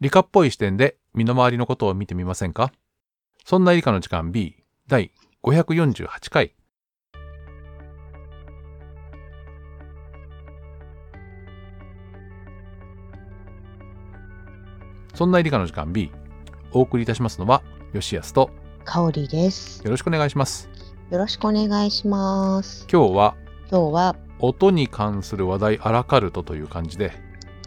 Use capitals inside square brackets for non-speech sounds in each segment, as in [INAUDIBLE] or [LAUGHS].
理科っぽい視点で身の回りのことを見てみませんかそんな理科の時間 B 第548回そんな理科の時間 B お送りいたしますのは吉安と香りです。よろしくお願いしますよろしくお願いします。今日は今日は音に関する話題アラカルトという感じで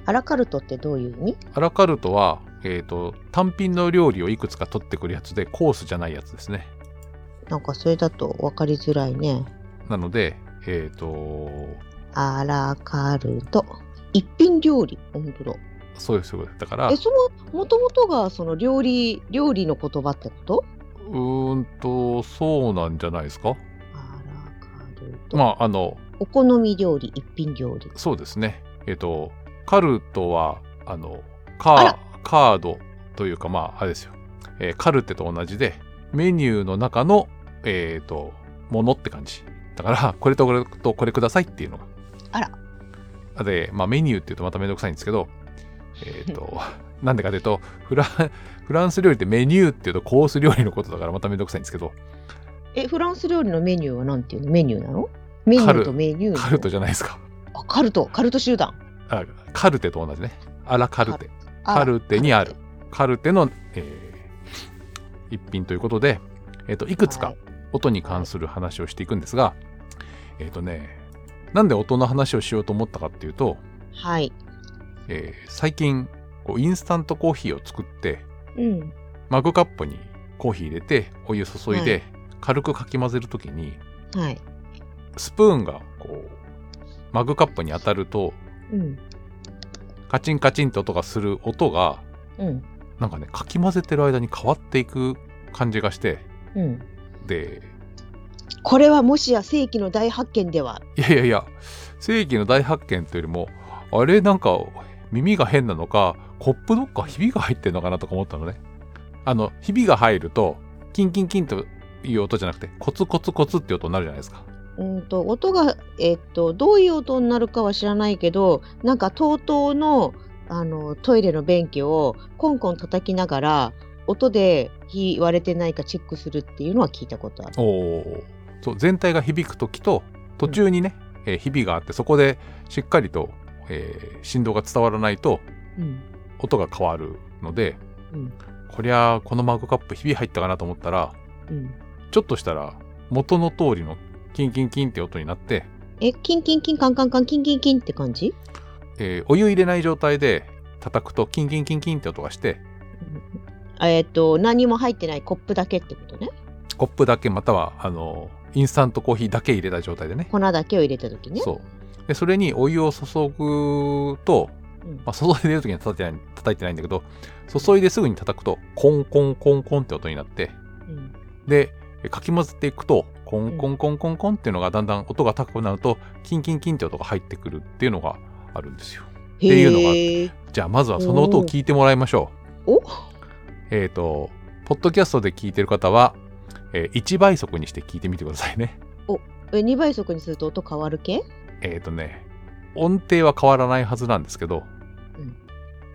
アラカルトってどういう意味？アラカルトは、えー、と単品の料理をいくつか取ってくるやつでコースじゃないやつですねなんかそれだと分かりづらいね。なのでえっ、とアラカルト一品料理。本当そうですそうですだかだ。らえ、うその元々がその料理料理の言葉ってこと？ーんとそうなんじゃないですかアラカルト。まああのお好み料理一品料理。そうですねえっ、とカルトはあのカあーらカードというかまああれですよ、えーカルテと同じでメニューの中のえっ、とものって感じだからこれとこれとこれくださいっていうのがあらで、まあ、メニューって言うとまためんどくさいんですけど、えっ、と、 [LAUGHS] なんでかというと、フラン、フランス料理ってメニューっていうとコース料理のことだからまためんどくさいんですけど、え、フランス料理のメニューはなんていうの？メニューなの？メニューとメニューの。カルトじゃないですか。あ、カルトカルト集団。あカルテと同じね。アラカルテ。あカルテにある。カルテの、えー一品ということで、えっ、と、いくつはかい音に関する話をしていくんですが、えっ、とね、なんで音の話をしようと思ったかっていうと、はい。えー最近、こうインスタントコーヒーを作って、うん。マグカップにコーヒー入れてお湯注いはでい軽くかき混ぜるときにはい。スプーンがこうマグカップに当たるとうん。カチンカチンって音がする音がうん。なんかねかき混ぜてる間に変わっていく感じがしてうん。でこれはもしや世紀の大発見ではいやいやいや世紀の大発見というよりもあれなんか耳が変なのかコップどっかひびが入ってんのかなとか思ったのねあのひびが入るとキンキンキンという音じゃなくてコツコツコツって音になるじゃないですかうんと音が、えっとどういう音になるかは知らないけどなんか TOTO のあのトイレの便器をコンコン叩きながら音で火割れてないかチェックするっていうのは聞いたことある。おおそう全体が響く時と途中にね、えーひびがあってそこでしっかりと、えー振動が伝わらないとうん音が変わるのでうんこりゃこのマグカップひび入ったかなと思ったらうん、ちょっとしたら元の通りのキンキンキンって音になって、えキンキンキンカンカンカンキンキンキンって感じ、えーお湯入れない状態で叩くとキンキンキンキンって音がしてうんえっと何も入ってないコップだけってことねコップだけまたはあのインスタントコーヒーだけ入れた状態でね粉だけを入れた時ね。そうでそれにお湯を注ぐとうんまあ、注いでる時には叩いてない叩いてないんだけど注いですぐに叩くとコンコンコンコンって音になってうんでかき混ぜていくとコンコンコンコンコンっていうのがだんだん音が高くなるとキンキンキンって音が入ってくるっていうのがあるんですよへいうのがあっえじゃあまずはその音を聞いてもらいましょうおえっ、とポッドキャストで聞いてる方は、えー1倍速にして聞いてみてくださいね [LAUGHS] 2倍速にすると音変わる系えっ、とね音程は変わらないはずなんですけど、うん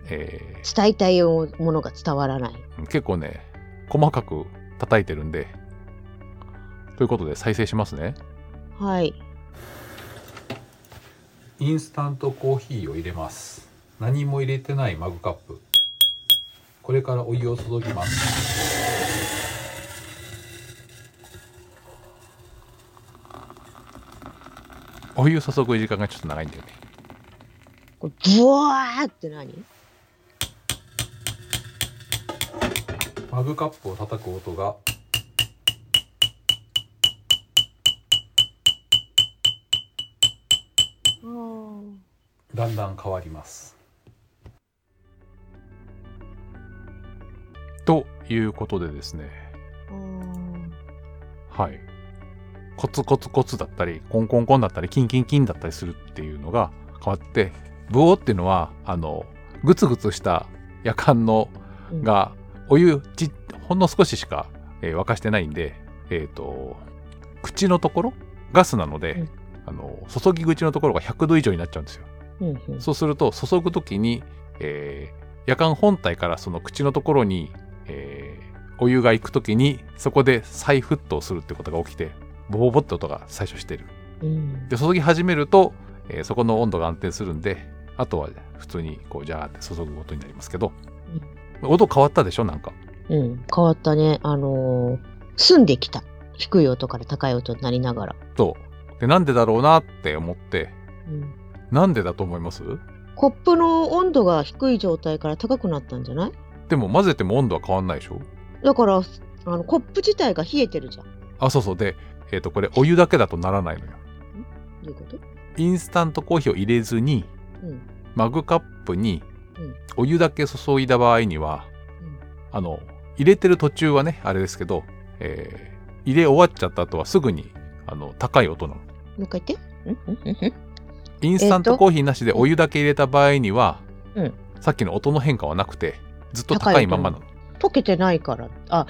えー伝えたいものが伝わらない。結構ね、細かく叩いてるんで。ということで再生しますね。はい。インスタントコーヒーを入れます。何も入れてないマグカップ。これからお湯を注ぎます。お湯注ぐ時間がちょっと長いんだよね。これブワーって何マグカップを叩く音がだんだん変わります。ということでですね、はい。コツコツコツだったり、コンコンコンだったり、キンキンキンだったりするっていうのが変わって、ブオーっていうのは、あの、グツグツした夜間のうんが、お湯ち、ほんの少ししか、えー沸かしてないんで、えっ、と、口のところ、ガスなので、うんあの、注ぎ口のところが100度以上になっちゃうんですよ。うんうんそうすると注ぐときに、え夜間本体からその口のところに、えーお湯が行くときにそこで再沸騰するってことが起きてボボボって音が最初してるうんで注ぎ始めると、えーそこの温度が安定するんであとは普通にこうジャーって注ぐことになりますけど、音変わったでしょなんかうん、変わったね。あのー、澄んできた。低い音から高い音になりながら。そうでなんでだろうなって思ってうん、なんでだと思いますコップの温度が低い状態から高くなったんじゃないでも混ぜても温度は変わんないでしょだから、あのコップ自体が冷えてるじゃん。どあそうそうで、えー、とこれお湯だけだとならないのよういうことインスタントコーヒーを入れずにうん。マグカップにうんお湯だけ注いだ場合には、うんあの入れてる途中はねあれですけど、えー入れ終わっちゃった後はすぐにあの高い音なのもう一回言って。んんんんインスタントコーヒーなしでお湯だけ入れた場合には、うんさっきの音の変化はなくてずっと高いまんまなの溶けてないから。あ、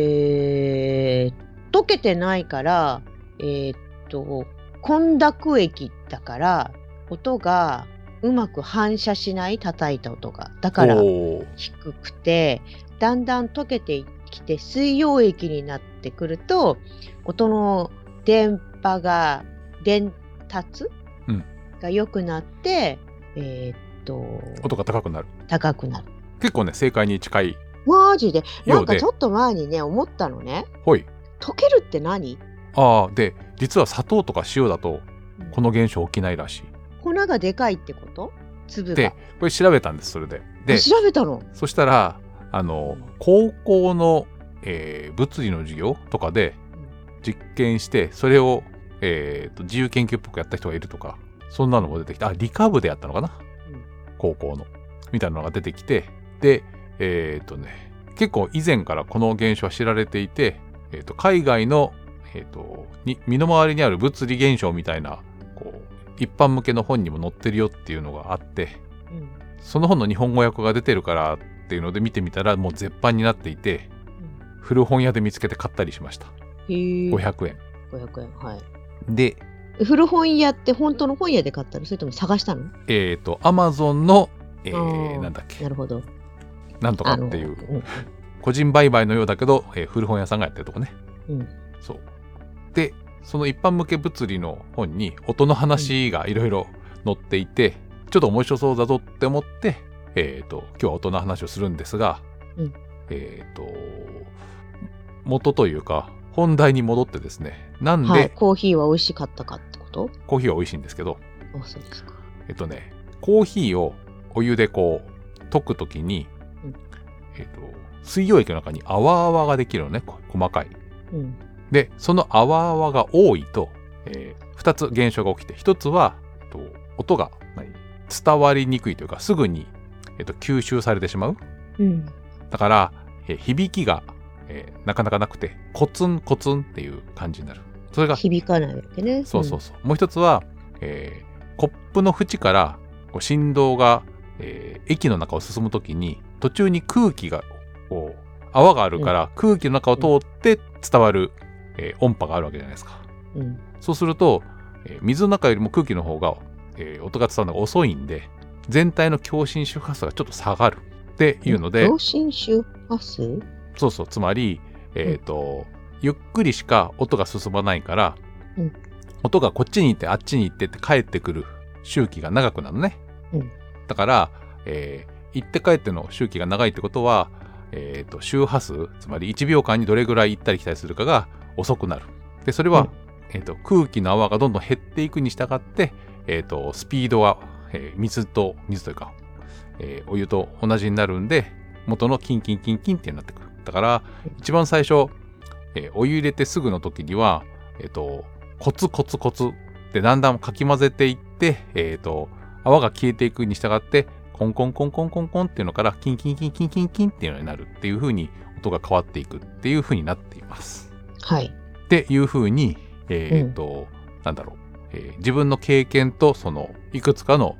えー、溶けてないから、えーっと、混濁液だから、音がうまく反射しない、叩いた音が。だから、おー低くてだんだん溶けてきて水溶液になってくると音の電波が伝達、うんが良くなってえーっと音が高くなる高くなる。結構ね正解に近いマジでなよんうでかちょっと前にね思ったのねほい溶けるって何ああで実は砂糖とか塩だとこのの現象起きないらしい粉がでかいってこと粒でが。これ調べたんですそれでであ調べたの。そしたらあの高校の、えー物理の授業とかで実験してそれを、えーと自由研究っぽくやった人がいるとかそんなのも出てきてあ理科部でやったのかな、うん高校のみたいなのが出てきてでえっ、とね結構以前からこの現象は知られていて、えー、と海外の、えー、とに身の回りにある物理現象みたいなこう一般向けの本にも載ってるよっていうのがあってうんその本の日本語訳が出てるからっていうので見てみたらもう絶版になっていて古本屋で見つけて買ったりしましたへえ500円500円はいでえ古本屋って本当の本屋で買ったのそれとも探したのえっ、とアマゾンのえーあーなんだっけなるほどなんとかっていあうのん個人売買のようだけど、えー古本屋さんがやってるとこね、うんそうでその一般向け物理の本に音の話がいろいろ載っていて、ちょっと面白そうだぞって思ってえっ、と今日は音の話をするんですが、うんえっ、と元というか本題に戻ってですねなんで、はい、コーヒーは美味しかったかってことコーヒーは美味しいんですけどあそうですか。えっとね、コーヒーをお湯でこう、溶くときにうん、えっと、水溶液の中に泡泡ができるのね、こ細かい。うん。で、その泡泡が多いと、え2つ現象が起きて、1つは、えっと、音が何伝わりにくいというか、すぐに、えっと、吸収されてしまう。うん。だから、えー響きが、えーなかなかなくて、コツンコツンっていう感じになる。それが響かないわけね。そうそうそう。もう一つは、えーコップの縁からこう振動が、えー駅の中を進むときに途中に空気がこう泡があるから、空気の中を通って伝わる、えー音波があるわけじゃないですか。うん。うん。そうすると、えー水の中よりも空気の方が、えー音が伝わるのが遅いんで全体の共振周波数がちょっと下がるっていうので、同心周波数そうそう、つまり、えっ、と、ゆっくりしか音が進まないから、うん音がこっちに行ってあっちに行ってって帰ってくる周期が長くなるね。うんだから、えー行って帰っての周期が長いってことは、えっ、と、周波数、つまり1秒間にどれぐらい行ったり来たりするかが遅くなる。で、それは、うんえっ、と、空気の泡がどんどん減っていくに従って、えっ、と、スピードは、えー水と、水というか、えーお湯と同じになるんで、元のキンキンキンキンってなってくる。だから、一番最初、えーお湯入れてすぐの時には、えっ、と、コツコツコツでだんだんかき混ぜていって、えっ、と、泡が消えていくに従って、コンコンコンコンコンコンっていうのから、キンキンキンキンキンキンっていうのになるっていう風に、音が変わっていくっていう風になっています。はい。っていう風に、えっ、と、なんだろう、えー自分の経験と、その、いくつかの、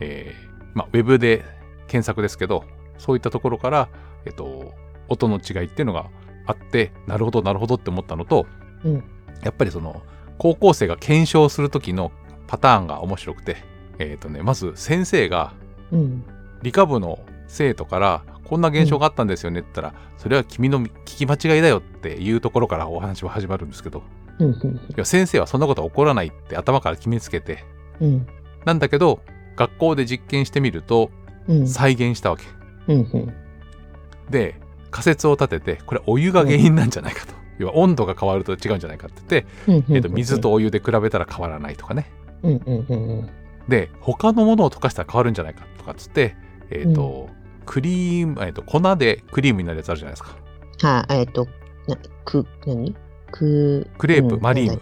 えーまあ、ウェブで検索ですけど、そういったところから、えっ、と、音の違いっていうのがあって、なるほど、なるほどって思ったのと、うん。やっぱりその高校生が検証する時のパターンが面白くてえっ、とねまず先生がうん。理科部の生徒からこんな現象があったんですよねって言ったら、それは君の聞き間違いだよっていうところからお話は始まるんですけどうんうんいや先生はそんなことは起こらないって頭から決めつけてうんなんだけど学校で実験してみるとうん再現したわけうんうんで仮説を立ててこれお湯が原因なんじゃないかと、要は温度が変わると違うんじゃないかって言って、うんうんえっと水とお湯で比べたら変わらないとかねうんうんうんうんで他のものを溶かしたら変わるんじゃないかとかっつってえっ、と、クリーム、えっと粉でクリームになるやつあるじゃないですか [LAUGHS] はい、えっと、な、く、何く、クレープ、うんマリーム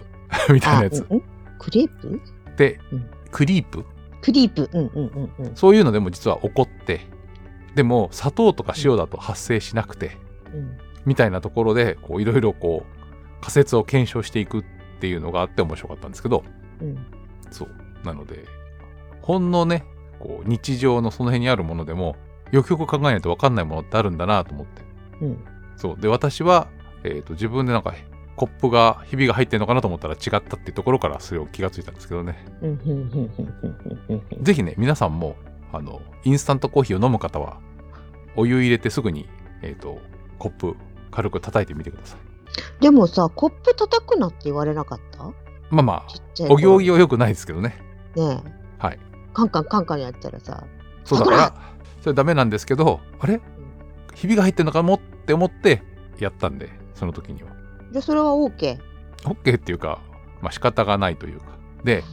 みたいなやつあ、うんクレープで、うんクリープクリープ。うんうんうんうんそういうのでも実は起こってでも砂糖とか塩だと発生しなくてうん。みたいなところでこういろいろこう仮説を検証していくっていうのがあって面白かったんですけどうん。そう。なので、ほんのね、こう、日常のその辺にあるものでも、よくよく考えないと分かんないものってあるんだなと思って。うん。そう。で、私は、えっ、と、自分でなんか、コップが、ひびが入ってんのかなと思ったら違ったっていうところからそれを気がついたんですけどね。うん。うん。うん。うん。うん。ぜひね、皆さんも、あの、インスタントコーヒーを飲む方は、お湯入れてすぐに、えっ、と、コップ、軽く叩いてみてください。でもさ、コップ叩くなって言われなかったまあまちあ、っちゃい。お行儀は良くないですけどね。ねえ。はい。カンカンカンカンやったらさ、そうだから、それダメなんですけど、あれひびが入ってんのかもって思ってやったんで、その時には。じゃあそれは OK。 OK っていうか、まあ仕方がないというか。で、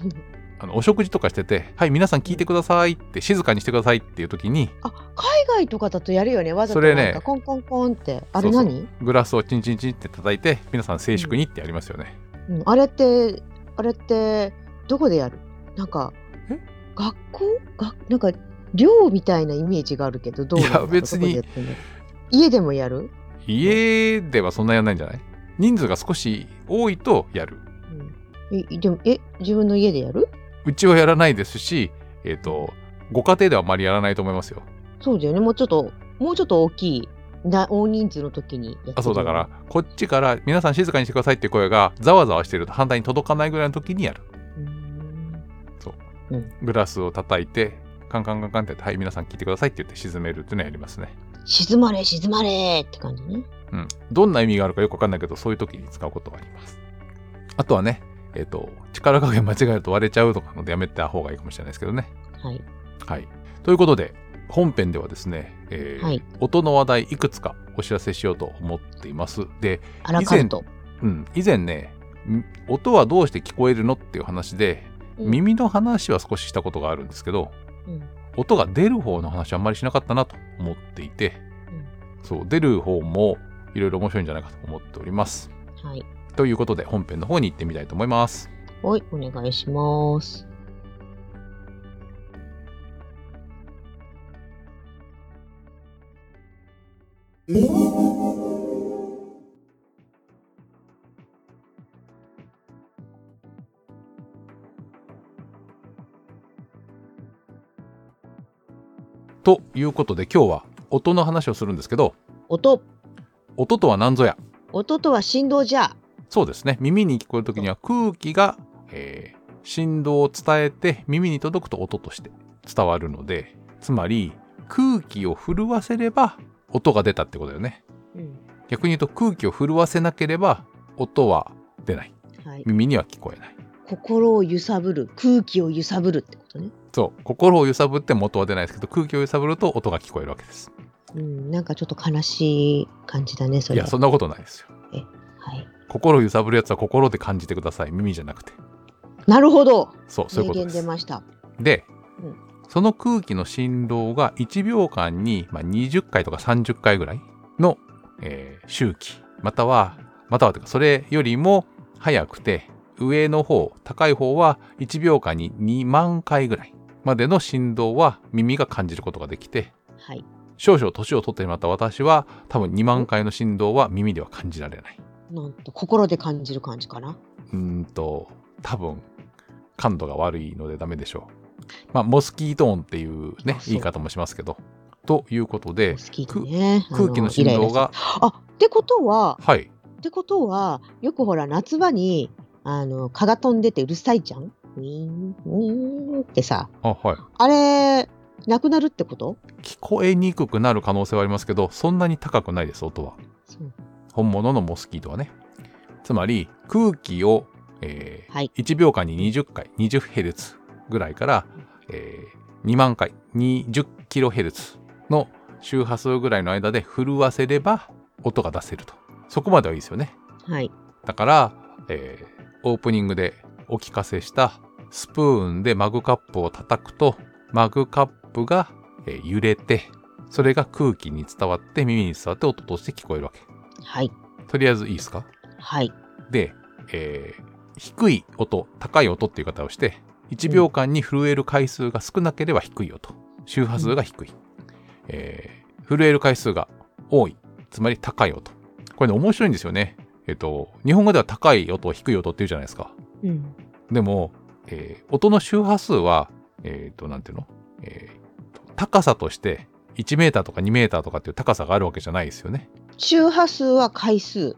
あのお食事とかしてて、はい、皆さん聞いてくださいって、静かにしてくださいっていう時に、あ、海外とかだとやるよね。わざとそれねなんかコンコンコンって。あそれうそう何グラスをチンチンチンって叩いて、皆さん静粛にってやりますよね。うんあれって、あれって、どこでやるなんかえ、学校がなんか、寮みたいなイメージがあるけど、どうなんだろういや別にどこでやってんの家でもやる、家ではそんなやんないんじゃない人数が少し多いとやる。うんえでも、え、自分の家でやるうちはやらないですし、えっ、と、ご家庭ではあまりやらないと思いますよ。そうだよね。もうちょっと、もうちょっと大きい、な大人数の時にやってるあそうだから。こっちから皆さん静かにしてくださいっていう声がざわざわしてると反対に届かないぐらいの時にやるうんグラスを叩いてカンカンカンカンってやってはい皆さん聞いてくださいって言って沈めるっていうのをやりますね静まれ、静まれって感じね。うんどんな意味があるかよくわかんないけどそういう時に使うことはありますあとはねえっ、と力加減間違えると割れちゃうとかのでやめた方がいいかもしれないですけどねはい。はいということで本編ではですね、えーはい音の話題いくつかお知らせしようと思っていますであらかると。うん、以前ねん音はどうして聞こえるのっていう話で、うん耳の話は少ししたことがあるんですけどうん音が出る方の話はあんまりしなかったなと思っていて、そう出る方もいろいろ面白いんじゃないかと思っておりますはい。ということで本編の方に行ってみたいと思いますはい、お願いします。ということで今日は音の話をするんですけど音、音とは何ぞや音とは振動じゃ。そうですね耳に聞こえる時には空気が、えー振動を伝えて耳に届くと音として伝わるのでつまり空気を震わせれば音が出たってことだよねうん。逆に言うと空気を震わせなければ音は出ないはい。耳には聞こえない心を揺さぶる、空気を揺さぶるってことね。そう心を揺さぶっても音は出ないですけど空気を揺さぶると音が聞こえるわけですうん、なんかちょっと悲しい感じだね、そいれ。やそんなことないですよはい。心を揺さぶるやつは心で感じてください耳じゃなくてなるほど。そうそういう名こと言で出すました。で、うんその空気の振動が1秒間に、まあ、20回とか30回ぐらいの、えー周期またはまたはというかそれよりも早くて上の方高い方は1秒間に2万回ぐらいまでの振動は耳が感じることができてはい。少々年を取ってしまった私は多分2万回の振動は耳では感じられないなんと心で感じる感じかな。うーんと多分感度が悪いのでダメでしょう。まあモスキート音っていうねあそう言い方もしますけど。ということ好できでね。あ空気の振動。イライラがするあ、ってことは、はいってことは、よくほら夏場にあの蚊が飛んでてうるさいじゃん。ウィーンウィーンってさ、あはいあれなくなるってこと聞こえにくくなる可能性はありますけどそんなに高くないです音はそう本物のモスキートはねつまり空気を、えーはい1秒間に20回 20Hz ぐらいから、えー2万回 20kHz の周波数ぐらいの間で震わせれば音が出せるとそこまではいいですよねはいだから、えーオープニングでお聞かせしたスプーンでマグカップを叩くとマグカップが、えー揺れてそれが空気に伝わって耳に伝わって音として聞こえるわけはいとりあえずいいですかはいで、えー低い音高い音っていう言い方をして1秒間に震える回数が少なければ低い音周波数が低い、えー震える回数が多いつまり高い音これね面白いんですよねえっ、と日本語では高い音低い音っていうじゃないですかうんでも、えー音の周波数はえっ、となんていうの、えーと高さとして1メーターとか2メーターとかっていう高さがあるわけじゃないですよね周波数は回数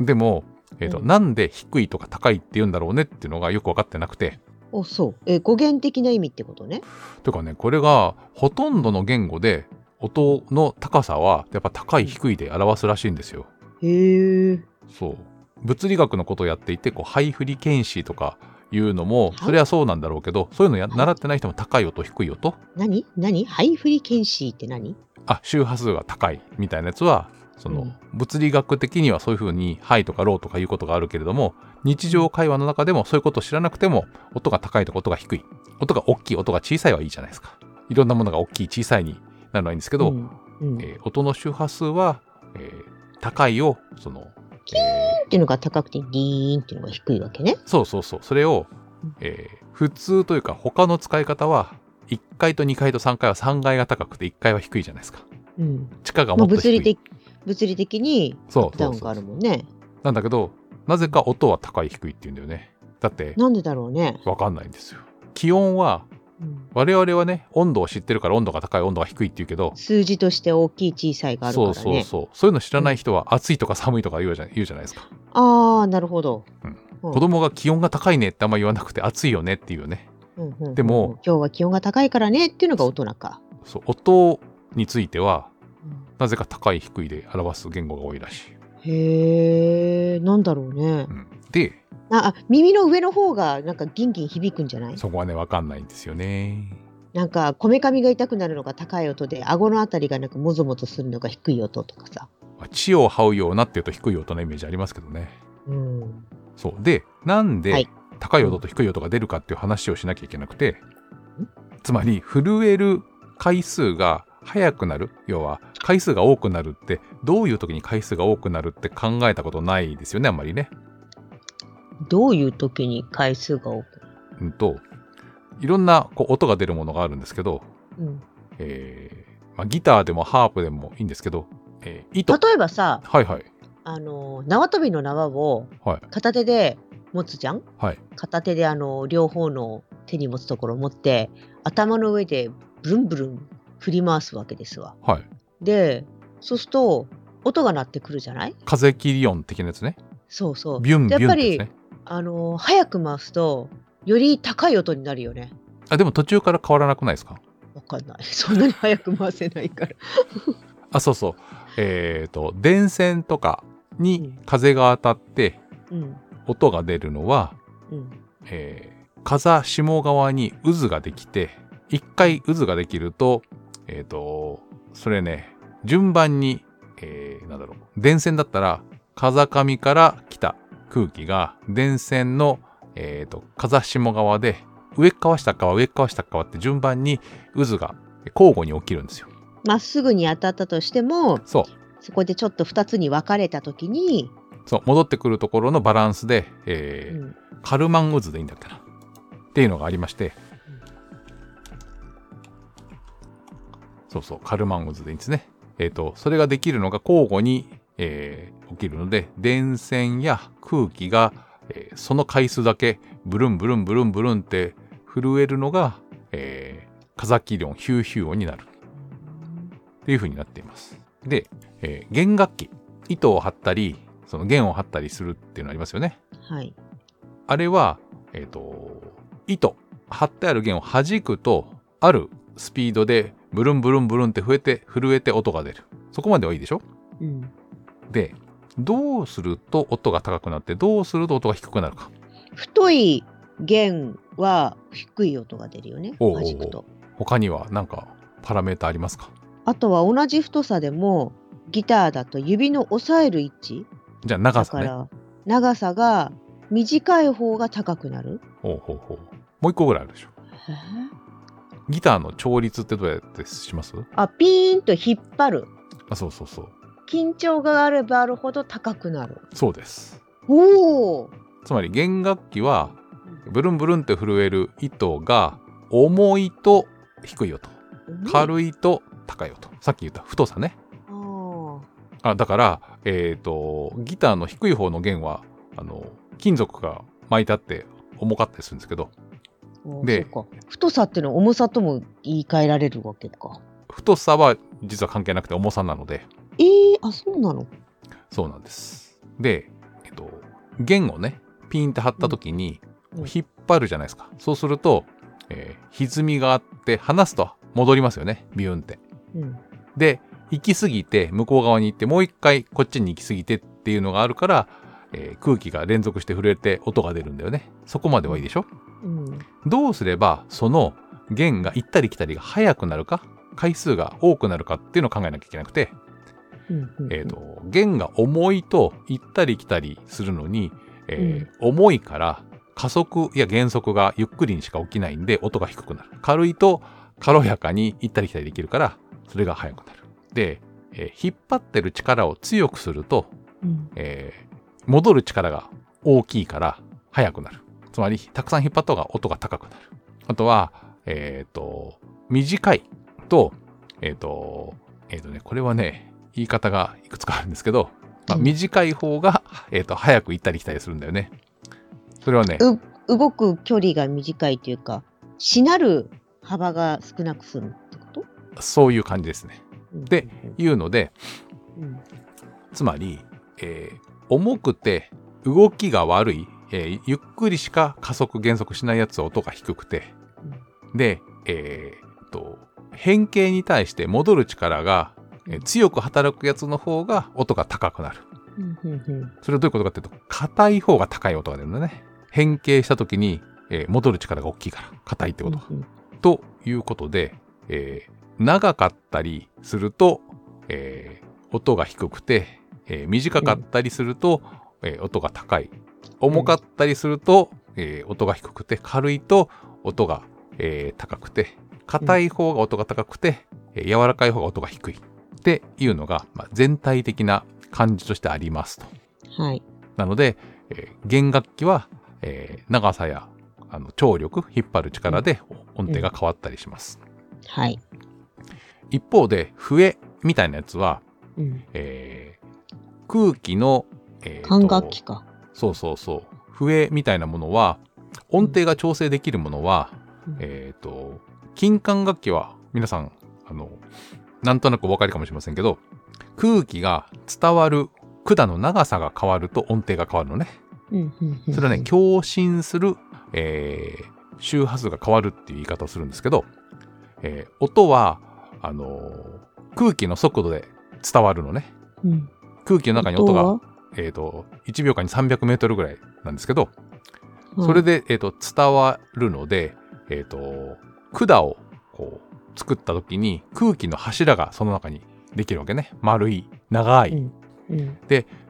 でも、えーとうんなんで低いとか高いって言うんだろうねっていうのがよく分かってなくておそうえ語源的な意味ってことねというかねこれがほとんどの言語で音の高さはやっぱ高い低いで表すらしいんですよ。へえそう物理学のことをやっていてこうハイフリケンシーとかいうのもいそれはそうなんだろうけどそういうのやはい習ってない人も高い音低い音何何ハイフリケンシーって何あ周波数が高いみたいなやつはその、うん物理学的にはそういうふうにハイとかローとかいうことがあるけれども日常会話の中でもそういうことを知らなくても音が高いとか音が低い音が大きい音が小さいはいいじゃないですかいろんなものが大きい小さいになるのはいいんですけど、うんうん、えー音の周波数は、えー高いをその、キーえーっていうのが高くてディーンっていうのが低いわけね。そうそうそうそれをうん、えー普通というか他の使い方は1階と2階と3階は3階が高くて1階は低いじゃないですかうん、地下がもまあっと物低い、理的物理的にそうアップダウンそうそうがあるもんね。なんだけどなぜか音は高い低いって言うんだよねだってなんでだろうね。わかんないんですよ気温はうん我々はね温度を知ってるから温度が高い温度が低いって言うけど数字として大きい小さいがあるかそうらそうね。そうそういうの知らない人は暑いとか寒いとか言うじゃ言うじゃないですかああなるほど。うん子供が気温が高いねってあんま言わなくて暑いよねっていうねうんうんうんでも今日は気温が高いからねっていうのが大人か。そう音についてはうんなぜか高い低いで表す言語が多いらしい。へえなんだろうねう。ん、でああ耳の上の方がなんかギンギン響くんじゃないそこはね分かんないんですよね。なんかこめかみが痛くなるのが高い音で顎のあたりがなんかもぞもぞするのが低い音とかさ。まあ地を這うようなっていうと低い音のイメージありますけどね。うん、そうでなんはでい高い音と低い音が出るかっていう話をしなきゃいけなくてつまり震える回数が速くなる要は回数が多くなるってどういう時に回数が多くなるって考えたことないですよねあんまりね。どういう時に回数が多くうんといろんなこう音が出るものがあるんですけどうん、えーまあ、ギターでもハープでもいいんですけど、えー糸例えばさはいはいあの縄跳びの縄をはい片手で持つじゃんはい片手であの両方の手に持つところを持って頭の上でブルンブルン振り回すわけですわ。はいでそうすると音が鳴ってくるじゃない風切り音的なやつねそうそう。ビュンビやっュンぱってやりつねあの早く回すとより高い音になるよね。あでも途中から変わらなくないですかわかんない。 [LAUGHS] そんなに早く回せないから。あそうそうえっ、と電線とかにうん風が当たってうん音が出るのは、うんえー風下側に渦ができて一回渦ができるとえっ、とそれね順番に、えーなんだろう電線だったら風上から来た空気が電線の、えー、と風下側で上っ側下っ側上っ側下っ側って順番に渦が交互に起きるんですよ。まっすぐに当たったとしてもそうそこでちょっと2つに分かれた時に、そう戻ってくるところのバランスで、えーうんカルマン渦でいいんだっけなっていうのがありましてそうそうカルマン渦でいいんですねえっ、とそれができるのが交互に、えー起きるので電線や空気が、えーその回数だけブルンブルンブルンブルンって震えるのが、えー、風切り音ヒューヒュー音になるっていう風になっています。で、えー弦楽器糸を張ったりその弦を張ったりするっていうのありますよね。はいあれは、えっ、と、糸、張ってある弦を弾くと、あるスピードでブルンブルンブルンって増えて震えて音が出るそこまではいいでしょうん、でどうすると音が高くなってどうすると音が低くなるか太い弦は低い音が出るよねおうおうおう同じくと他には何かパラメータありますかあとは同じ太さでもギターだと指の押さえる位置じゃあ長ださかねら長さが短い方が高くなるほうほうほうもう一個ぐらいあるでしょギターの調律ってどうやってしますあピーンと引っ張るあそうそうそう緊張があればあるほど高くなるそうですおおつまり弦楽器はブルンブルンって震える糸が重いと低い音い軽いと高い音さっき言った太さねあーあだから、えー、とギターの低い方の弦はあの金属が巻いてあって重かったりするんですけどおーでそうか太さっていうのは重さとも言い換えられるわけか太さは実は関係なくて重さなのでえー、あそうなのそうなんですで、えっと弦をねピンって張った時にうんうん引っ張るじゃないですかそうすると、えー歪みがあって離すと戻りますよねビューンってうんで行き過ぎて向こう側に行ってもう一回こっちに行き過ぎてっていうのがあるから、えー空気が連続して震えて音が出るんだよねそこまではいいでしょうんどうすればその弦が行ったり来たりが速くなるか回数が多くなるかっていうのを考えなきゃいけなくて、うんうんえー、と弦が重いと行ったり来たりするのに、えー重いから加速や減速がゆっくりにしか起きないんで音が低くなる軽いと軽やかに行ったり来たりできるからそれが速くなるで、えー引っ張ってる力を強くすると、うんえー戻る力が大きいから速くなるつまりたくさん引っ張った方が音が高くなるあとはえっ、と短いとえっ、とえっ、とねこれはね言い方がいくつかあるんですけど、まあ、うん短い方が、えー、と速く行ったり来たりするんだよねそれはねう動く距離が短いというかしなる幅が少なくするってことそういう感じですねで、いうのでうんうんつまり、えー重くて動きが悪い、えーゆっくりしか加速減速しないやつは音が低くてで、えーっと変形に対して戻る力が、えー強く働くやつの方が音が高くなるうんうんうんそれはどういうことかっていうと硬い方が高い音が出るんだね変形した時に、えー戻る力が大きいから硬いってこと、うんということで、えー長かったりすると、えー音が低くて、えー短かったりすると、えー音が高い重かったりすると、えー音が低くて軽いと音が、えー高くて硬い方が音が高くて、えー柔らかい方が音が低いっていうのが、まあ、全体的な感じとしてありますと。うんはいなので、えー弦楽器は、えー長さやあの張力引っ張る力で音程が変わったりします。はい、一方で笛みたいなやつは、うん、えー空気の、えーと管楽器か、そうそうそう笛みたいなものは音程が調整できるものは、うんえっ、と金管楽器は皆さんあのなんとなくお分かりかもしれませんけど空気が伝わる管の長さが変わると音程が変わるのね。うんうんうんそれはね、共振する、えー周波数が変わるっていう言い方をするんですけど、えー音は、あのー空気の速度で伝わるのね。うん空気の中に音音がは、えーと、1秒間に300メートルぐらいなんですけど、はいそれで、えーと、伝わるので、えーと、管をこう作った時に空気の柱がその中にできるわけね。丸い、長い。うんうん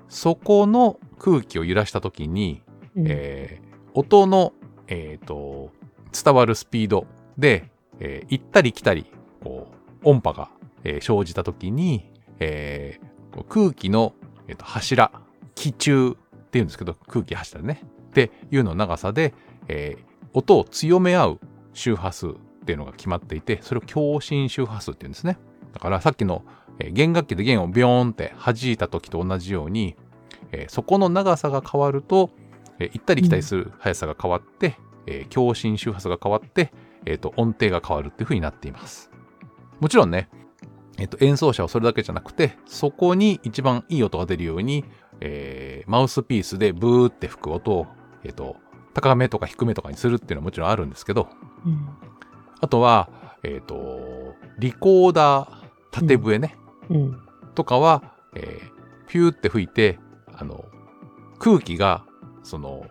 そこの空気を揺らした時に、うんえー音の、えーと伝わるスピードで、えー行ったり来たりこう音波が、えー生じた時に、えーこう空気の、えーと柱気柱っていうんですけど空気柱ねっていうのの長さで、えー音を強め合う周波数っていうのが決まっていてそれを共振周波数っていうんですねだからさっきの、えー弦楽器で弦をビョーンって弾いた時と同じように、えーそこの長さが変わるとえー行ったり来たりする速さが変わって、えー共振周波数が変わって、えーと音程が変わるっていう風になっています。もちろんね、えーと演奏者はそれだけじゃなくてそこに一番いい音が出るように、えーマウスピースでブーって吹く音を、えーと高めとか低めとかにするっていうのはもちろんあるんですけどうんあとは、えっ、と、リコーダー縦笛ね、うん。とかは、えーピューって吹いて、あの、空気が、その、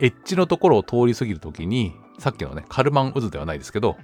エッジのところを通り過ぎるときに、さっきのね、カルマン渦ではないですけど、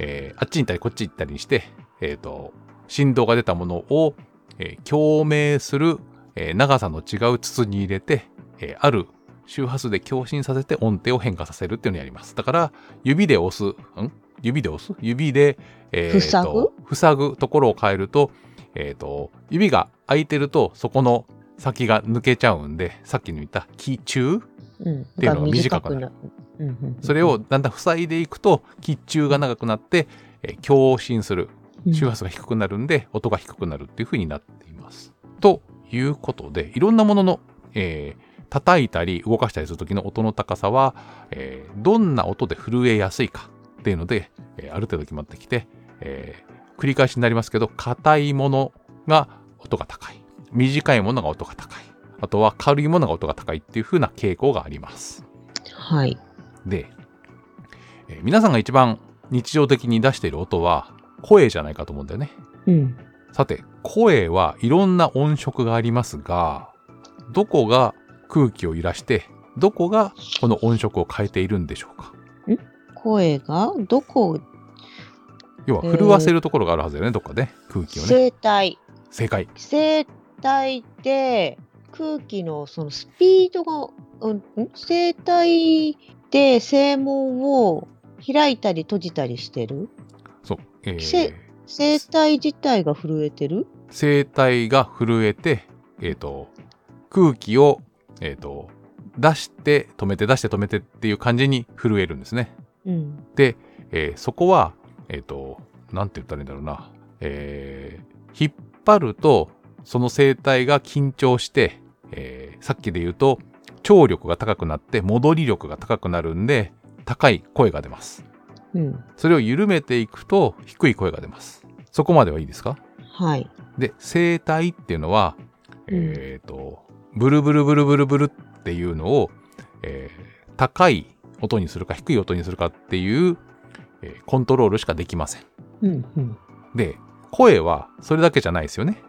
えーあっちに行ったりこっち行ったりして、えっ、と、振動が出たものを、えー共鳴する、えー長さの違う筒に入れて、えーある周波数で共振させて音程を変化させるっていうのをやります。だから、指で押す、ん指で押す指で、えー塞ぐと塞ぐところを変えると、えーと、指が空いてると、そこの先が抜けちゃうんで、さっきの言った気中うん。ていうのが短くなるだから短くなる。うんうんうんそれをだんだん塞いでいくと、気中が長くなって、えー共振する。周波数が低くなるんで、音が低くなるっていう風になっています。ということで、いろんなものの、えー叩いたり動かしたりする時の音の高さは、えーどんな音で震えやすいかっていうので、えーある程度決まってきて、えー繰り返しになりますけど、硬いものが音が高い。短いものが音が高い。あとは軽いものが音が高いっていう風な傾向があります。はい。で、えー皆さんが一番日常的に出している音は声じゃないかと思うんだよね。うん。さて、声はいろんな音色がありますが、どこが空気を揺らして、どこがこの音色を変えているんでしょうか。声がどこ要は震わせるところがあるはずだよね、どっかで、空気をね。声帯正解。声帯で空気のそのスピードが、うん、ん声帯で声門を開いたり閉じたりしてるそう。えーせ、声帯自体が震えてる声帯が震えて、えー、と空気を、えー、と出して止めて出して止めてっていう感じに震えるんですね。うん。で、えーそこは、えっ、と、なんて言ったらいいんだろうな。えー引っ張ると、その声帯が緊張して、えーさっきで言うと、張力が高くなって、戻り力が高くなるんで、高い声が出ます。うん。それを緩めていくと、低い声が出ます。そこまではいいですかはい。で、声帯っていうのは、えっ、と、ブルブルブルブルブルっていうのを、えー高い音にするか低い音にするかっていう、えーコントロールしかできません。うんうん。で、声はそれだけじゃないですよね。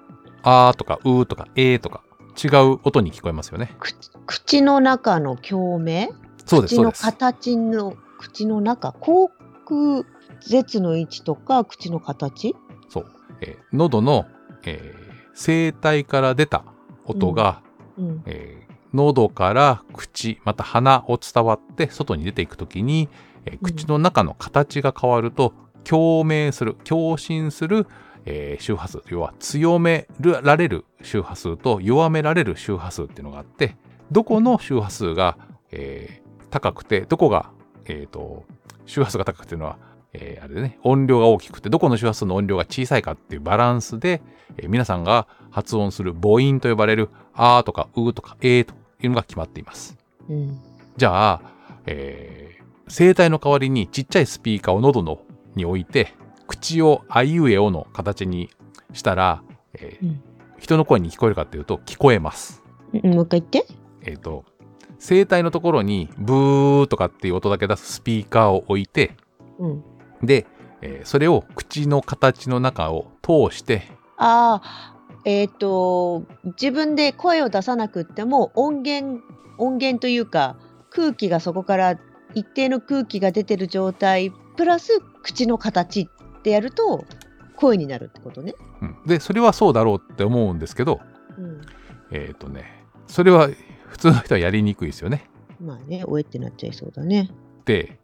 あーとかうーとかえーとか違う音に聞こえますよね。口口の中の共鳴そうです、口そうのです。形の口の中口腔舌の位置とか口の形そう。えー喉の、えー声帯から出た音が、うんえー喉から口また鼻を伝わって外に出ていくときに、えー口の中の形が変わると共鳴する共振する、えー周波数要は強められる周波数と弱められる周波数っていうのがあってどこの周波数が、えー高くてどこが、えーと周波数が高くていうのは、えーあれでね音量が大きくてどこの周波数の音量が小さいかっていうバランスで、えー皆さんが発音する母音と呼ばれるあーとかうーとかえーというのが決まっています。うんじゃあ、えー声帯の代わりにちっちゃいスピーカーを喉のに置いて、口をあいうえおの形にしたら、えーうん人の声に聞こえるかっていうと聞こえます。うんもう一回言ってえっ、と、声帯のところにブーとかっていう音だけ出すスピーカーを置いて、うんで、えーそれを口の形の中を通して、ああえっ、と自分で声を出さなくっても音源音源というか空気がそこから一定の空気が出てる状態プラス口の形ってやると声になるってことね。うんで、それはそうだろうって思うんですけど、うん、えっ、とね、それは普通の人はやりにくいですよね。まあね、おえってなっちゃいそうだね。で、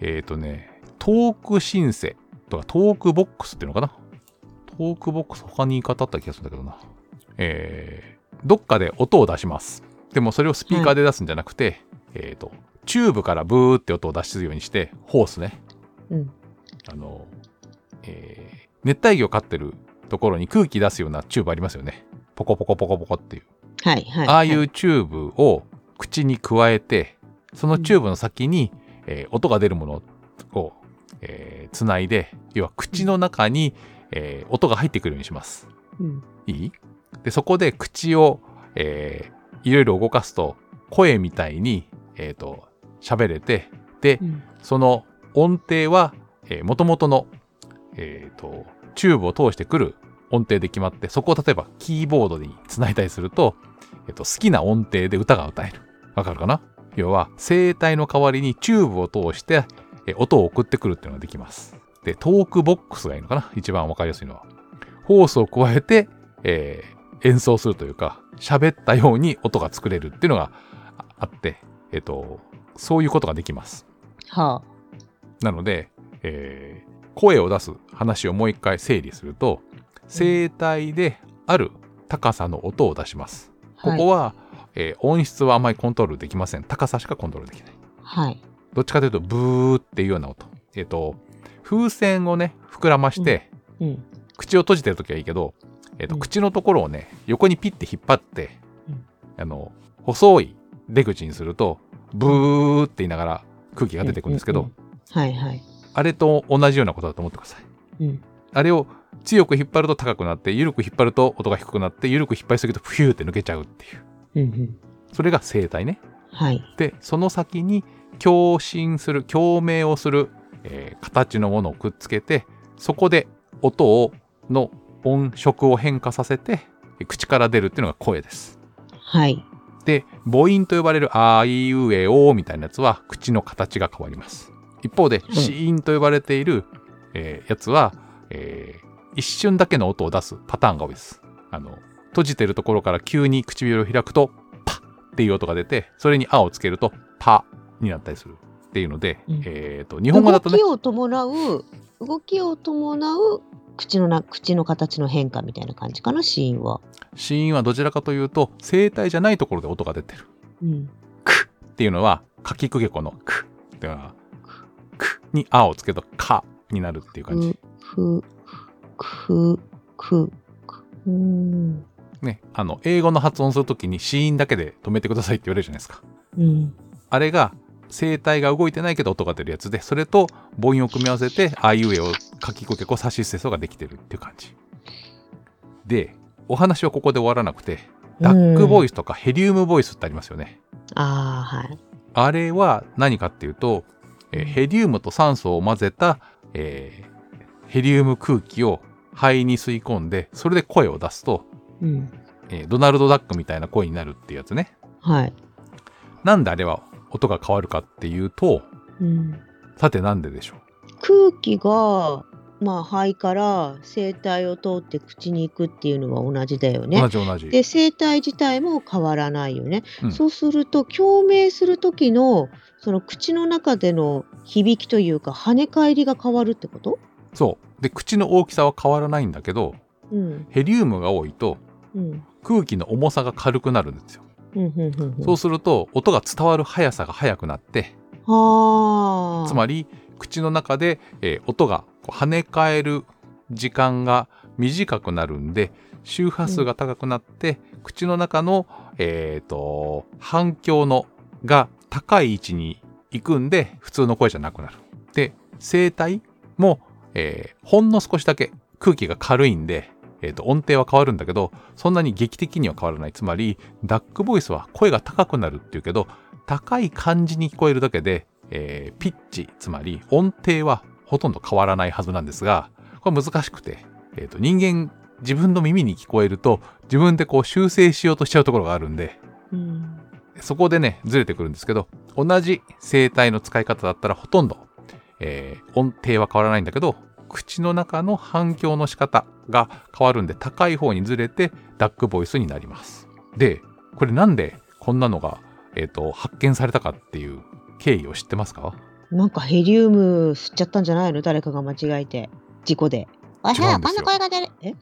えっ、とね、トークシンセとかトークボックスっていうのかなトークボックス他に言い方あった気がするんだけどな。えーどっかで音を出します。でもそれをスピーカーで出すんじゃなくて、えっ、と、チューブからブーって音を出すようにして、ホースね。うん。あの、えー熱帯魚飼ってるところに空気出すようなチューブありますよね。ポコポコポコポコっていう。はいはい。ああいはうチューブを口に加えて、そのチューブの先に、えー音が出るものを、えつないで、要は口の中に、えー音が入ってくるようにします。うんいいで、そこで口を、えーいろいろ動かすと、声みたいに、えっ、と、喋れて、でう、んその音程は、えー、元々のえー、とチューブを通してくる音程で決まってそこを例えばキーボードにつないだりすると,、えー、と好きな音程で歌が歌えるわかるかな要は声帯の代わりにチューブを通してえー音を送ってくるっていうのができますでトークボックスがいいのかな一番わかりやすいのはホースを加えて、えー演奏するというか喋ったように音が作れるっていうのがああってえっ、とそういうことができますはなので、えー声を出す話をもう一回整理すると声帯である高さの音を出します。あ。ここは、えー音質はあまりコントロールできません。高さしかコントロールできない。はい。はい。どっちかというとブーっていうような音。えっ、と風船をね膨らまして、うん。口を閉じてる時はいいけど、えーとうん口のところをね横にピッて引っ張って、うんあの細い出口にするとブーって言いながら空気が出てくるんですけど、うううん。はいはい。あれと同じようなことだと思ってください。うん。あれを強く引っ張ると高くなって、緩く引っ張ると音が低くなって、緩く引っ張りすぎるとフューって抜けちゃうっていう。うんうん。それが声帯ね。はい。で、その先に共振する、共鳴をする、えー形のものをくっつけて、そこで音を、の音色を変化させて、口から出るっていうのが声です。はい。で、母音と呼ばれるあいうえおみたいなやつは口の形が変わります。一方で、ん子音と呼ばれている、えーやつは、えー一瞬だけの音を出すパターンが多いです。あの、閉じてるところから急に唇を開くと、パッっていう音が出て、それにあをつけると、パになったりするっていうので、うんえっ、と、日本語だとね動き、を伴う動きを伴う口のな口の形の変化みたいな感じかなシーンは。子音はどちらかというと、声帯じゃないところで音が出てる。うん。っていうのは、かきくげこのくっていうのは、くにあをつけると、かになるっていう感じ。ふふくくくうんね、あの、英語の発音するときに子音だけで止めてくださいって言われるじゃないですか。うんあれが、声帯が動いてないけど音が出るやつで、それと母音を組み合わせて、あいうえをかきくけこさしすせそができてるっていう感じ。で、お話はここで終わらなくて、ダックボイス。スとかヘリウムボイスってありますよね。ああはい。あれは何かっていうと、えーヘリウムと酸素を混ぜた、えーヘリウム空気を肺に吸い込んで、それで声を出すと、うんえードナルド・ダックみたいな声になるっていうやつね。はい。なんであれは音が変わるかっていうと、うんさてなんででしょう空気がまあ肺から声帯を通って口に行くっていうのは同じだよね同。じ同じ。で声帯自体も変わらないよね、うんそうすると共鳴する時のその口の中での響きというか跳ね返りが変わるってこと、そう。で、口の大きさは変わらないんだけど、うんヘリウムが多いとうん空気の重さが軽くなるんですよ。うんうんうんうんそうすると、音が伝わる速さが速くなって、はあつまり口の中で、えー音がこう跳ね返る時間が短くなるんで周波数が高くなって、口の中の、えー、と反響のが高い位置に行くんで普通の声じゃなくなる。で声帯も、えーほんの少しだけ空気が軽いんで、えーと音程は変わるんだけどそんなに劇的には変わらないつまりダックボイスは声が高くなるっていうけど高い感じに聞こえるだけで、えーピッチつまり音程はほとんど変わらないはずなんですがこれ難しくて、えーと人間自分の耳に聞こえると自分でこう修正しようとしちゃうところがあるんでうんそこでねずれてくるんですけど同じ声帯の使い方だったらほとんど、えー音程は変わらないんだけど口の中の反響の仕方が変わるんで高い方にずれてダックボイスになります。でこれなんでこんなのが、えーと発見されたかっていう経緯を知ってますかなんかヘリウム吸っちゃったんじゃないの誰かが間違えて事故で。あ違うんですよはこんな声が出るえこ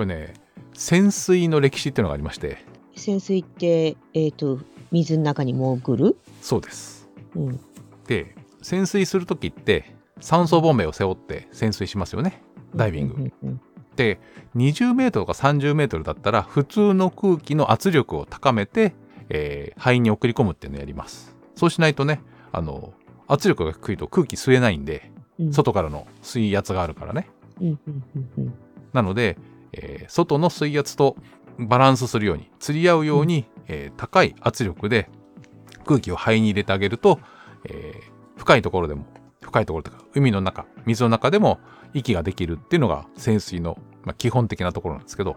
れね潜水の歴史っていうのがありまして潜水ってえっ、と水の中に潜る、そうです。うん、で潜水する時って酸素ボンベを背負って潜水しますよねダイビング。うんうんで20メートルか30メートルだったら普通の空気の圧力を高めて、えー肺に送り込むっていうのをやりますそうしないとねあの圧力が低いと空気吸えないんでうんうん外からの水圧があるからねうんうんうんうんなので、えー外の水圧とバランスするように釣り合うように、えー高い圧力で空気を肺に入れてあげると、えー深いところでも深いところとか海の中水の中でも息ができるっていうのが潜水の、まあ、基本的なところなんですけど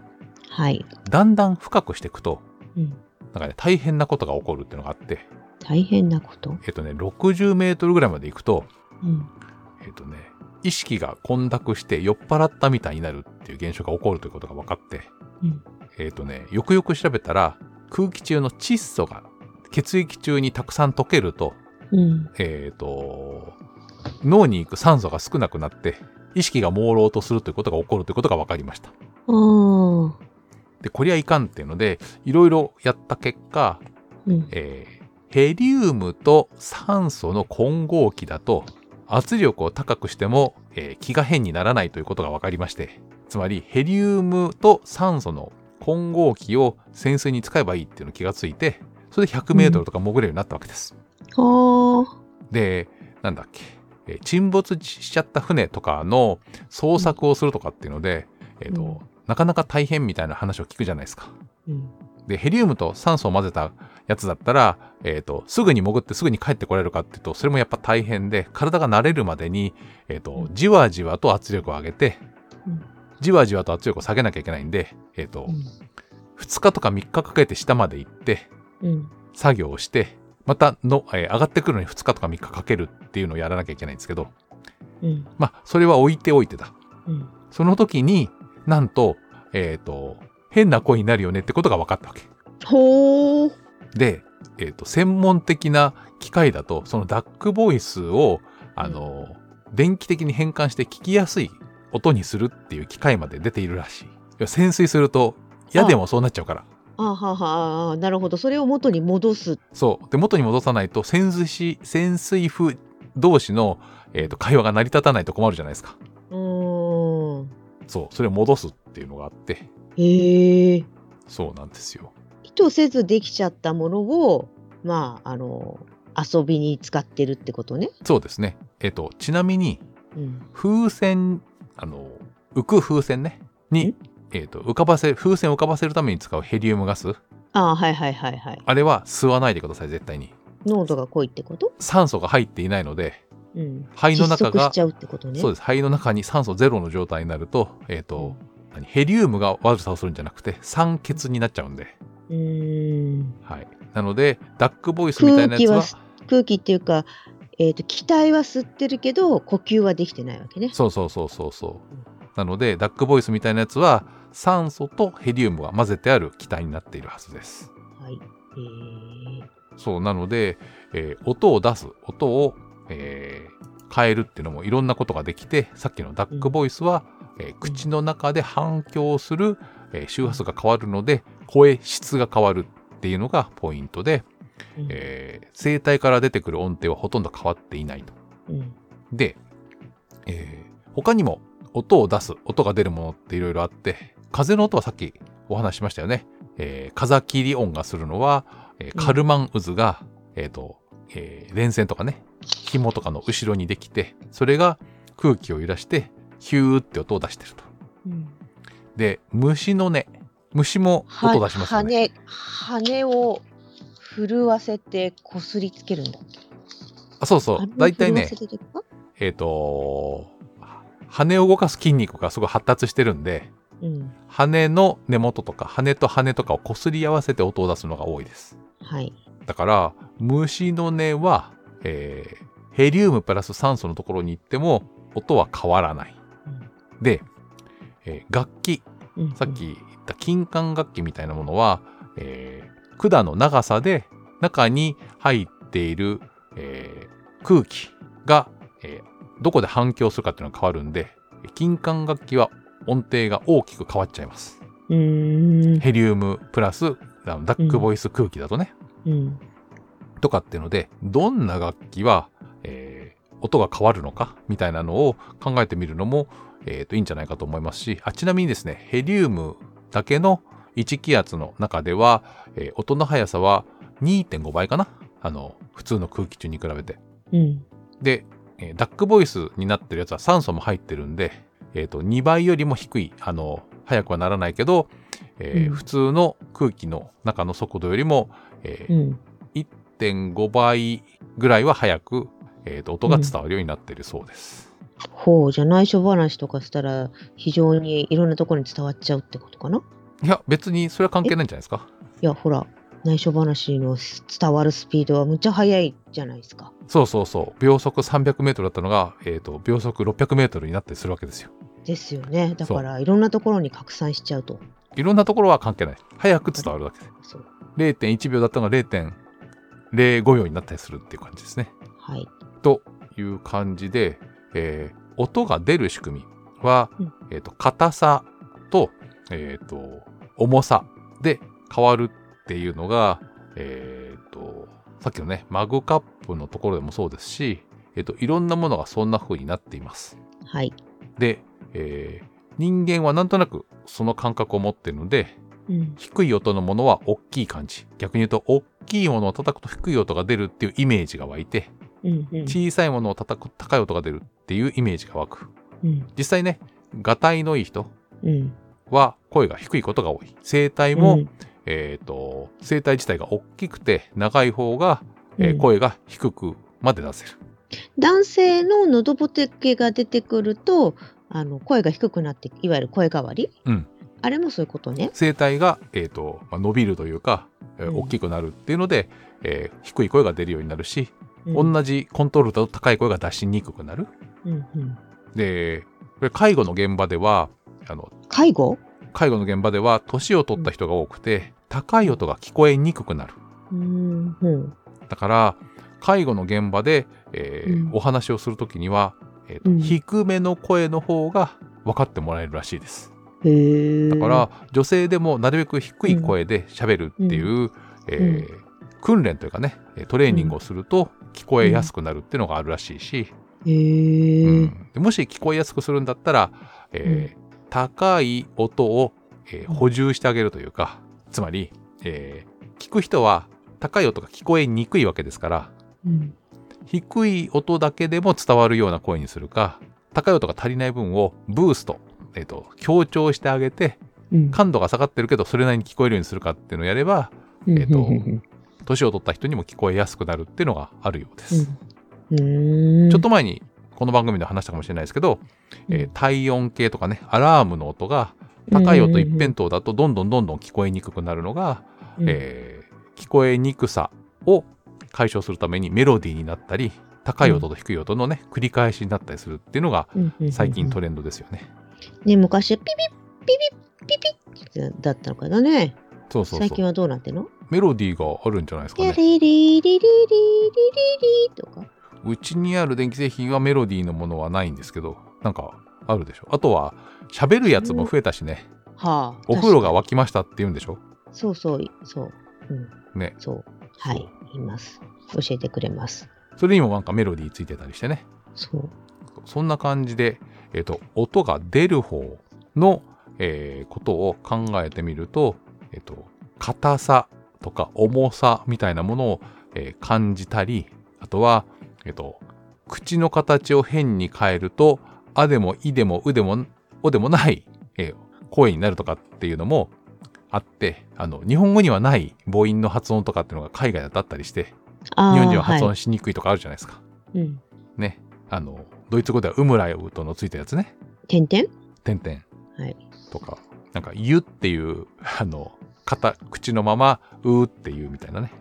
はい。だんだん深くしていくとうん。なんかね大変なことが起こるっていうのがあって大変なこと。えっ、とね60メートルぐらいまで行くとうん。えっ、とね意識が混濁して酔っ払ったみたいになるっていう現象が起こるということが分かって、うんえっ、とねよくよく調べたら空気中の窒素が血液中にたくさん溶けるとうん。えー、と脳に行く酸素が少なくなって意識が朦朧とするということが起こるということが分かりました。ああ。でこりゃいかんっていうのでいろいろやった結果、うん。えーヘリウムと酸素の混合気だと圧力を高くしても、えー気が変にならないということが分かりましてつまりヘリウムと酸素の混合気を潜水に使えばいいっていうのに気がついてそれで 100m とか潜れるようになったわけです。ああ。で、なんだっけ、えー沈没しちゃった船とかの捜索をするとかっていうので、えーとうんなかなか大変みたいな話を聞くじゃないですか。うん。で、ヘリウムと酸素を混ぜたやつだったら、えーとすぐに潜ってすぐに帰ってこれるかっていうと、それもやっぱ大変で、体が慣れるまでに、えーとうんじわじわと圧力を上げてうん、じわじわと圧力を下げなきゃいけないんで、えーと2日とか3日かけて下まで行って、うん。作業をしてまたの、えー上がってくるのに2日とか3日かけるっていうのをやらなきゃいけないんですけどうん。まあそれは置いておいてだうん。その時になんとえっ、と変な声になるよねってことが分かったわけほう。で、えー、と専門的な機械だとそのダックボイスをあの、電気的に変換して聞きやすい音にするっていう機械まで出ているらしいいや潜水すると嫌でもそうなっちゃうからあははあ、なるほど。それを元に戻す。そう。で、元に戻さないと、潜水士、潜水夫同士の、えーと会話が成り立たないと困るじゃないですか。うーん。そう。それを戻すっていうのがあって、へえ。そうなんですよ。意図せずできちゃったものを、まあ、あの、遊びに使ってるってことね。そうですね。えっ、と、ちなみに、うん。風船、あの、浮く風船ね、に、えっ、と、浮かばせ、風船を浮かばせるために使うヘリウムガス、ああ、はいはいはいはい。あれは吸わないでください、絶対に。濃度が濃いってこと酸素が入っていないので、うん。肺の中窒息がしちゃうってことね。そううです肺の中に酸素ゼロの状態になると,、えーと何ヘリウムが悪さをするんじゃなくて酸欠になっちゃうんで、うーん。はい、なのでダックボイスみたいなやつは空気空気っていうか、えー、と気体は吸ってるけど呼吸はできてないわけね。そうそうそうそうそうなのでダックボイスみたいなやつは酸素とヘリウムが混ぜてある気体になっているはずですはいえそうなので、えー音を出す音を、えー変えるっていうのもいろんなことができてさっきのダックボイスは、えー口の中で反響する、えー周波数が変わるので声質が変わるっていうのがポイントで、ーうんえー声帯から出てくる音程はほとんど変わっていないと。うんで、えー他にも音を出す音が出るものっていろいろあって風の音はさっきお話ししましたよね、えー風切り音がするのは、えーうんカルマン渦が、えーとえー電線とかね紐とかの後ろにできてそれが空気を揺らしてヒューって音を出してるとうんで虫の音虫もは音出しますよね羽羽を震わせてこすりつけるんだ。あそうそ羽をう大体ね震わせてるかえっ、と羽を動かす筋肉がすごい発達してるんでうん羽の根元とか羽と羽とかをこすり合わせて音を出すのが多いですはいだから虫の音は、えーヘリウムプラス酸素のところに行っても音は変わらない、で、えー楽器うんさっき言った金管楽器みたいなものは、えー管の長さで中に入っている、えー空気が、えーどこで反響するかっていうのが変わるんで金管楽器は音程が大きく変わっちゃいますうーんヘリウムプラスあのダックボイス空気だとね、うんとかっていうのでどんな楽器は、えー音が変わるのかみたいなのを考えてみるのも、えーといいんじゃないかと思いますしあちなみにですねヘリウムだけの1気圧の中では、えー音の速さは2.5倍かなあの普通の空気中に比べて。うんで、えーダックボイスになってるやつは酸素も入ってるんで、えー、と2倍よりも低いあの速くはならないけど、えーうん普通の空気の中の速度よりも、えうーん1.5倍ぐらいは速く、えーと音が伝わるようになっているそうです。ほうじゃあ内緒話とかしたら非常にいろんなところに伝わっちゃうってことかないや別にそれは関係ないんじゃないですかいやほら内緒話の伝わるスピードはむっちゃ速いじゃないですかそうそうそう秒速 300m だったのが、えー、と秒速 600m になったりするわけですよですよねだからいろんなところに拡散しちゃうといろんなところは関係ない早く伝わるだけそうで0.1秒だったのが0.05秒になったりするっていう感じですねはいという感じで、えー音が出る仕組みは、うんえーと硬さと,、えーと重さで変わるっていうのが、えーとさっきのねマグカップのところでもそうですし、えーといろんなものがそんな風になっています。はいで、えー人間はなんとなくその感覚を持ってるのでうん低い音のものは大きい感じ逆に言うと大きいものを叩くと低い音が出るっていうイメージが湧いてうんうん小さいものを叩く高い音が出るっていうイメージが湧くうん実際ねがたいのいい人うんは声が低いことが多い声帯も、えっ、と声帯自体が大きくて長い方が、えーうん声が低くまで出せる、男性の喉仏が出てくるとあの声が低くなっていわゆる声変わり、うんあれもそういうことね。声帯が、えーとまあ、伸びるというか、えーうん大きくなるっていうので、えー低い声が出るようになるし、うん同じコントロールだと高い声が出しにくくなるうんうんでこれ介護の現場ではあの介護、介護の現場では年を取った人が多くて高い音が聞こえにくくなるうんうんだから介護の現場で、えーうんお話をするときには、えーとうん低めの声の方が分かってもらえるらしいですへえだから女性でもなるべく低い声で喋るっていう、えー訓練というかねトレーニングをすると聞こえやすくなるっていうのがあるらしいし、へうえ、んでもし聞こえやすくするんだったら、えー高い音を、えー補充してあげるというかつまり、えー聞く人は高い音が聞こえにくいわけですからうん低い音だけでも伝わるような声にするか高い音が足りない分をブースト、えー、と強調してあげてうん感度が下がってるけどそれなりに聞こえるようにするかっていうのをやればえっとうん年を取った人にも聞こえやすくなるっていうのがあるようです、うんうんちょっと前にこの番組で話したかもしれないですけど、えー体温計とかねアラームの音が高い音一辺倒だとどんどんどんどん聞こえにくくなるのが、うんえー聞こえにくさを解消するためにメロディーになったり高い音と低い音のね繰り返しになったりするっていうのがうんうん最近トれレンドですよね。ね昔ピピピピピピピだったのかなねそうそう最そ近うはどうなってんのメロディーがあるんじゃないですかリね。リリリリリリリとかうちにある電気製品はメロディーのものはないんですけどなんかあるでしょ。あとは喋るやつも増えたしね、はあお風呂が沸きましたって言うんでしょ。そうそうそうね。そうはいいます教えてくれますそれにもなんかメロディーついてたりしてね。そうそんな感じで、えっと音が出る方の、えーことを考えてみると、えっと硬さとか重さみたいなものを、えー感じたりあとは、えっと口の形を変に変えると「あ」でも「い」でも「う」でも「お」でもない、えー声になるとかっていうのもあってあの日本語にはない母音の発音とかっていうのが海外だとあったりしてあー日本人は発は音しにくいとかあるじゃないですか。いうんね、あの、ドイツ語ではウムラウトのついたやつね、点々点々はいとか、なんか、ゆっていう、 [LAUGHS] あの、片、口のまま、うーっていうみたいなね、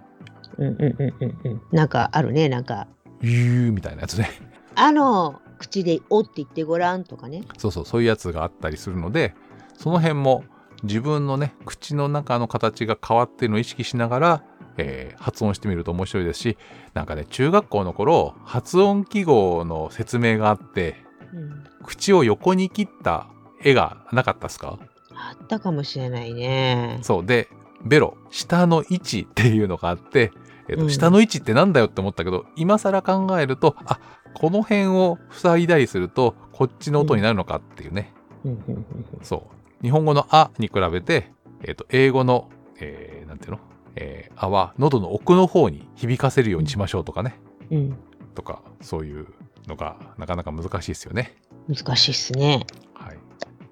うんうんうんうんうんなんかあるねなんかゆーみたいなやつね。 [LAUGHS] あの口で「お」って言ってごらんとかねそうそう、そういうやつがあったりするので、その辺も自分のね、口の中の形が変わってるのを意識しながら、えー発音してみると面白いですし、なんかね、中学校の頃、発音記号の説明があって、うん口を横に切った絵がなかったっすかあったかもしれないねそうでベロ下の位置っていうのがあって、えっとうん下の位置ってなんだよって思ったけど今更考えるとあこの辺を塞いだりするとこっちの音になるのかっていうね、うんうんうんそう日本語の「あ」に比べて、えっと英語の「えーなんていうの?えー」あ」は喉の奥の方に響かせるようにしましょうとかね、うんとかそういうのがなかなか難しいですよね。うん難しいっすねはい、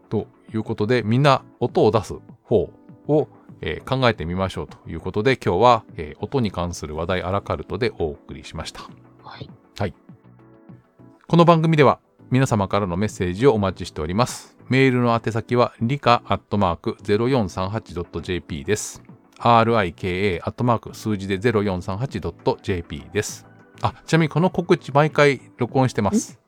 ということでみんな音を出す方を、えー考えてみましょうということで今日は、えー音に関する話題アラカルトでお送りしました。はいこの番組では皆様からのメッセージをお待ちしております。メールの宛先は理科アットマーク 0438.jp です。rika アットマーク数字で 0438.jp です。あ、ちなみにこの告知毎回録音してます。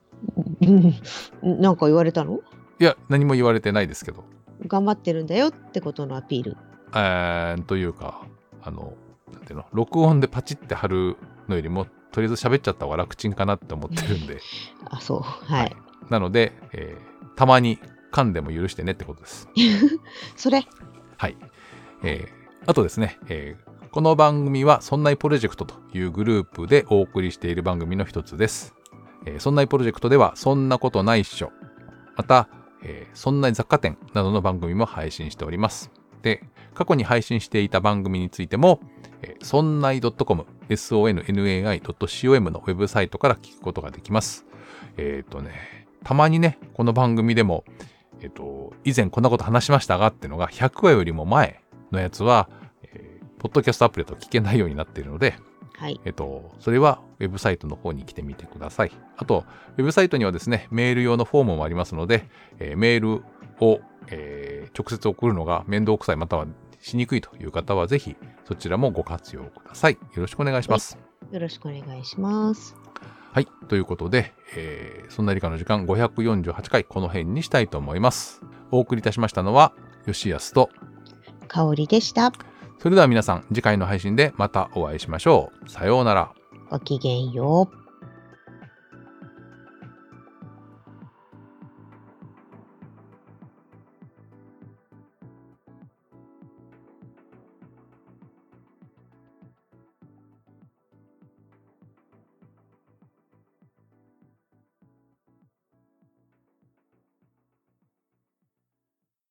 うんなんか言われたのいや、何も言われてないですけど。頑張ってるんだよってことのアピール。えー、というか、あの、なんていうの、録音でパチって貼るのよりも、とりあえず喋っちゃった方が楽ちんかなって思ってるんで、あ、そう。はい。なので、えーたまに噛んでも許してねってことです。それ。はい。えーあとですね、えーこの番組は、そんないプロジェクトというグループでお送りしている番組の一つです。えーそんないプロジェクトでは、そんなことないっしょ。また、えーそんない雑貨店などの番組も配信しております。で、過去に配信していた番組についても、えーそんない .com、sonnai.com のウェブサイトから聞くことができます。えっ、とね、たまにね、この番組でも、えっ、と、以前こんなこと話しましたがってのが100話よりも前のやつは、えーポッドキャストアプリだと聞けないようになっているので、はい。えっと、それはウェブサイトの方に来てみてください。あと、ウェブサイトにはですね、メール用のフォームもありますので、えーメールを、えー直接送るのが面倒くさいまたはしにくいという方は、ぜひそちらもご活用ください。よろしくお願いします。よろしくお願いします。はい。ということで、えーそんな理科の時間548回、この辺にしたいと思います。お送りいたしましたのは、吉安と、香りでした。それでは皆さん、次回の配信でまたお会いしましょう。さようなら。ごきげんよう。